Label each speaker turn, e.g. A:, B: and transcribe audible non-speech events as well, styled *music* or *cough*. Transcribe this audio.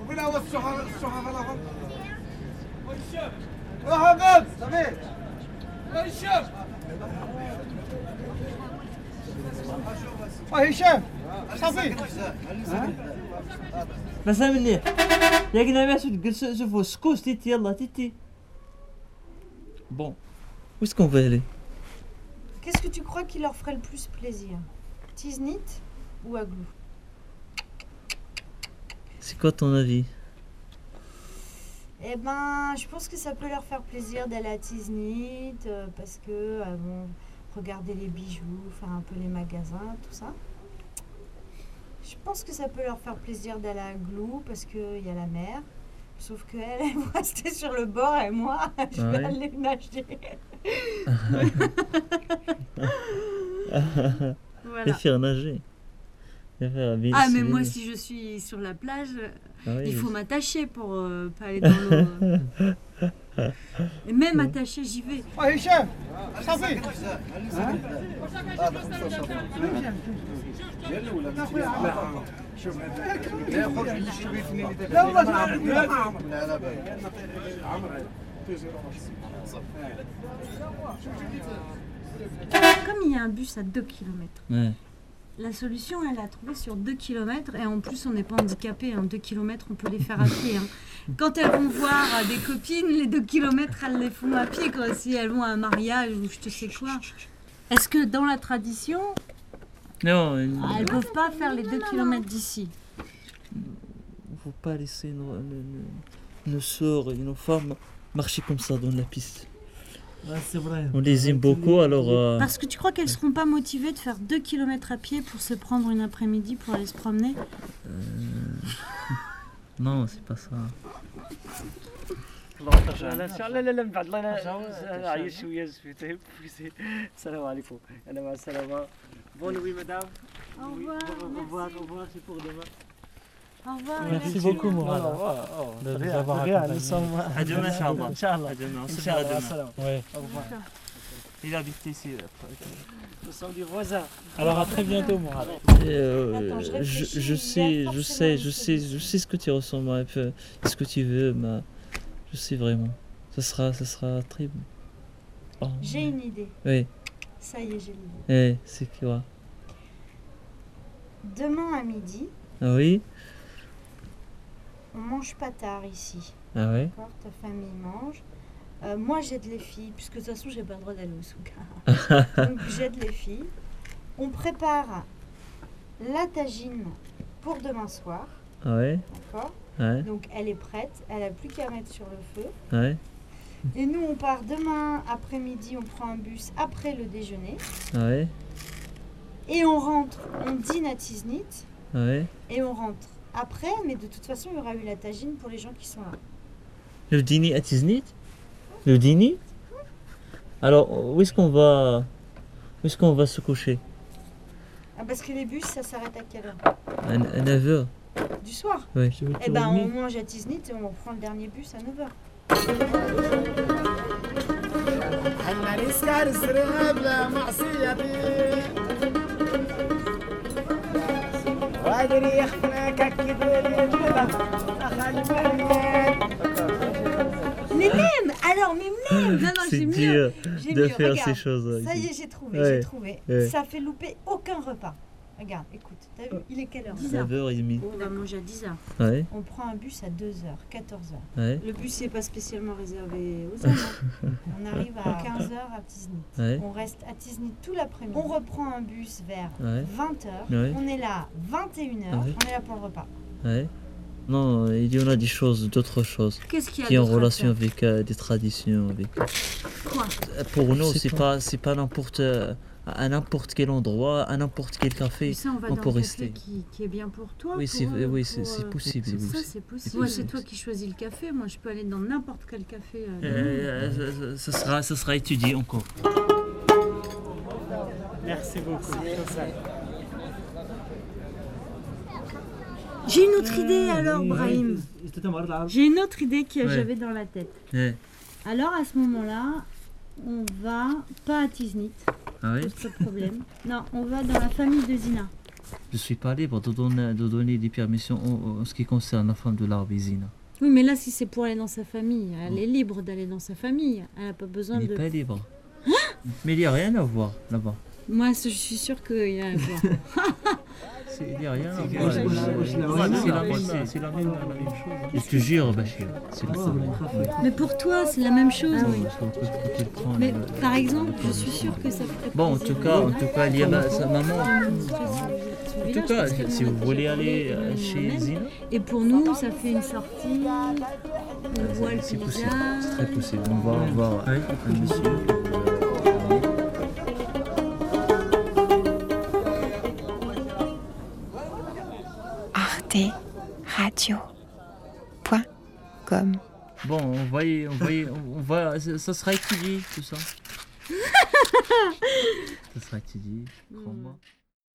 A: وبلا هو السحر السحر الاخر راح قد صبيح هشام اه هشام صافي
B: مساء مليح ياك لاباس وتجلس شوفوا سكوس تيتي يلا تيتي بون ويس كون فيه لي
C: Qu'est-ce que tu crois qui leur ferait le plus plaisir Tiznit ou Aglou
B: سي كوا طون افي
C: Eh ben, je pense que ça peut leur faire plaisir d'aller à Tiznit euh, parce que euh, bon, regarder les bijoux, faire un peu les magasins, tout ça. Je pense que ça peut leur faire plaisir d'aller à Aglou parce qu'il y a la mer. Sauf qu'elle, elle *laughs* va rester sur le bord et moi, *laughs* je
B: Ah
C: vais
B: ouais
C: aller nager. *laughs*
B: Les
D: Voilà.
B: faire nager. Les faire bis-
D: Ah mais
B: bis-
D: moi si je suis sur la plage, euh,
B: Ah oui,
D: il faut
B: bis-
D: m'attacher pour euh, pas aller dans l'eau. euh. Et même attaché, j'y vais.
A: اه هشام صافي لا والله ما عندي لا عمر
D: Comme il y a un bus à 2 km,
B: Ouais.
D: la solution elle a trouvé sur 2 km et en plus on n'est pas handicapé, hein. 2 km on peut les faire à pied. hein. Quand elles vont voir euh, des copines, les 2 km elles les font à pied quoi, si elles vont à un mariage ou je te sais quoi. Est-ce que dans la tradition,
B: Non, il
D: elles ne peuvent pas faire les 2 km d'ici
B: faut pas laisser nos, nos, nos- nos sœurs et nos femmes marcher comme ça dans la piste.
E: Ouais, c'est vrai.
B: On les aime beaucoup, alors... euh,
D: Parce que tu crois qu'elles seront pas motivées de faire 2 km à pied pour se prendre une après-midi pour aller se promener
B: euh, Non, c'est pas ça.
F: الله يرجع لا لا لا لا من بعد الله انا عايش شويه زفيت السلام عليكم انا مع السلامه بون وي مدام
D: Au revoir.
F: Au revoir, c'est pour demain.
D: Au revoir.
E: Merci beaucoup, Mourad. de nous avoir accompagnés.
F: Nous sommes
B: À demain, Inch'Allah.
F: Inch'Allah.
B: À demain, on se verra
F: Inch'Allah,
B: demain.
F: salam.
E: Ouais.
F: Au revoir.
B: Il habite ici. après.
F: Nous sommes des voisins.
E: Alors à très bientôt, Mourad.
B: Et, euh,
C: Attends, je
B: je,
C: réfléchis,
B: je
C: il y
B: sais,
C: a
B: je
C: forcément
B: sais,
C: une
B: je sais, je sais ce que tu ressens, ma peu ce que tu veux, ma, je sais vraiment. Ça sera, ça sera très bon. Oh,
C: J'ai une idée.
B: Oui,
C: Ça y est, j'ai l'idée.
B: eh, c'est quoi
C: Demain à midi,
B: Ah oui
C: on mange pas tard ici.
B: Ah ouais
C: D'accord, ta famille mange. Euh, moi, j'aide les filles, puisque de toute façon, j'ai pas le droit d'aller au souk. Donc, j'aide les filles. On prépare la tagine pour demain soir.
B: Ah ouais Ah
C: D'accord
B: Ouais, Ah
C: Donc, elle est prête. Elle a plus qu'à mettre sur le feu.
B: ouais,
C: Et nous, on part demain après-midi. On prend un bus après le déjeuner.
B: Ah ouais,
C: Et on rentre. On dîne à Tiznit.
B: Ah ouais.
C: Et on rentre après. Mais de toute façon, il y aura eu la tagine pour les gens qui sont là.
B: Le dîner à Tiznit Le dîner Alors, où est-ce qu'on va, où est-ce qu'on va se coucher
C: Ah, parce que les bus, ça s'arrête à quelle heure
B: À, 9h
C: Du soir
B: Ouais.
C: Eh ben, on mange à Tiznit et on prend le dernier bus à 9h.
G: حنا نسكر سرنا بلا معصيتي وادري يخفناك اكيد الجبل اخلي بالك
C: Mais même Alors, mais même Non, non,
B: C'est
C: j'ai mieux
B: dur
C: J'ai
B: de
C: mieux,
B: faire
C: regarde.
B: ces choses.
C: Ça y
B: ici.
C: est, j'ai trouvé,
B: Ouais,
C: j'ai trouvé.
B: ouais.
C: Ça fait louper aucun repas. Regarde, écoute, t'as vu, il est quelle heure
B: 9h30.
D: On va manger à 10h.
B: Ouais,
C: On prend un bus à 2h, 14h.
B: ouais,
D: Le bus n'est pas spécialement réservé
B: *laughs*
D: aux hommes. hein.
C: On arrive à 15h à Tiznit.
B: ouais,
C: On reste à Tiznit tout l'après-midi. On reprend un bus vers
B: ouais.
C: 20h.
B: Ouais.
C: On est là à 21h.
B: Ouais.
C: On est là pour le repas.
B: Ouais. Non, il y en a des choses, d'autres choses
D: Qu'est-ce qu'il y a
B: qui est en
D: d'autre à
B: relation
D: faire
B: avec euh, des traditions. Avec...
D: Quoi
B: Euh, Pour nous,
E: C'est
B: c'est pas, c'est pas n'importe, euh, à n'importe quel endroit, à n'importe quel
D: Mais
B: café.
D: ça, on va
B: on
D: dans
B: peut
D: un café
B: rester.
D: Qui, qui est bien pour toi.
B: Oui,
D: pour
B: c'est,
D: eux,
B: oui,
D: pour,
B: c'est, c'est
D: euh,
B: possible.
D: ça,
B: oui,
D: c'est
B: c'est-
D: possible.
B: c'est
D: Moi,
B: possible.
D: c'est toi qui choisis le café. Moi, je peux aller dans n'importe quel café. euh, dans le monde.
B: Euh, euh, ça, ça sera, ça sera étudié encore.
F: Merci beaucoup.
D: J'ai une autre idée alors, Brahim. J'ai une autre idée que
B: Ouais.
D: j'avais dans la tête.
B: Ouais.
D: Alors, à ce moment-là, on va pas à Tiznit,
B: Ah ouais
D: pas de problème. non, on va dans la famille de Zina.
B: Je suis pas libre de donner, de donner des permissions en, en ce qui concerne la femme de l'arbésine.
C: Oui, mais là, si c'est pour aller dans sa famille, elle est libre d'aller dans sa famille. Elle n'a pas besoin
B: Il n'est
C: de.
B: Mm. pas libre.
D: Hein
B: Mais il n'y a rien à voir là-bas.
C: Moi, je suis sûre qu'il y a.
B: C'est- Il n'y a rien à
F: C'est-
B: voir.
F: c'est-
B: là-bas.
F: c'est- c'est-
B: C'est la
F: c'est-
B: même-
F: c'est-
B: C'est la même la même chose. Oh, Je te jure, Bachir. C'est la même chose.
C: mais pour toi, c'est la même chose. Ah
B: Ah
C: Mais
B: Mais
C: par exemple, je suis sûre que ça. ferait
B: Bon, en
C: plaisir.
B: tout cas, en tout cas, il y a ma- sa maman. En
C: En
B: tout cas, si vous voulez aller euh, chez Zina,
C: Et pour nous, ça fait une sortie. On voit le
B: c'est possible.
C: paysage.
B: C'est très possible. On va voir un monsieur.
H: arteradio.com
B: Bon, on va, y- on va, y- on va, ça ça sera étudié tout ça. ça sera étudié, crois-moi.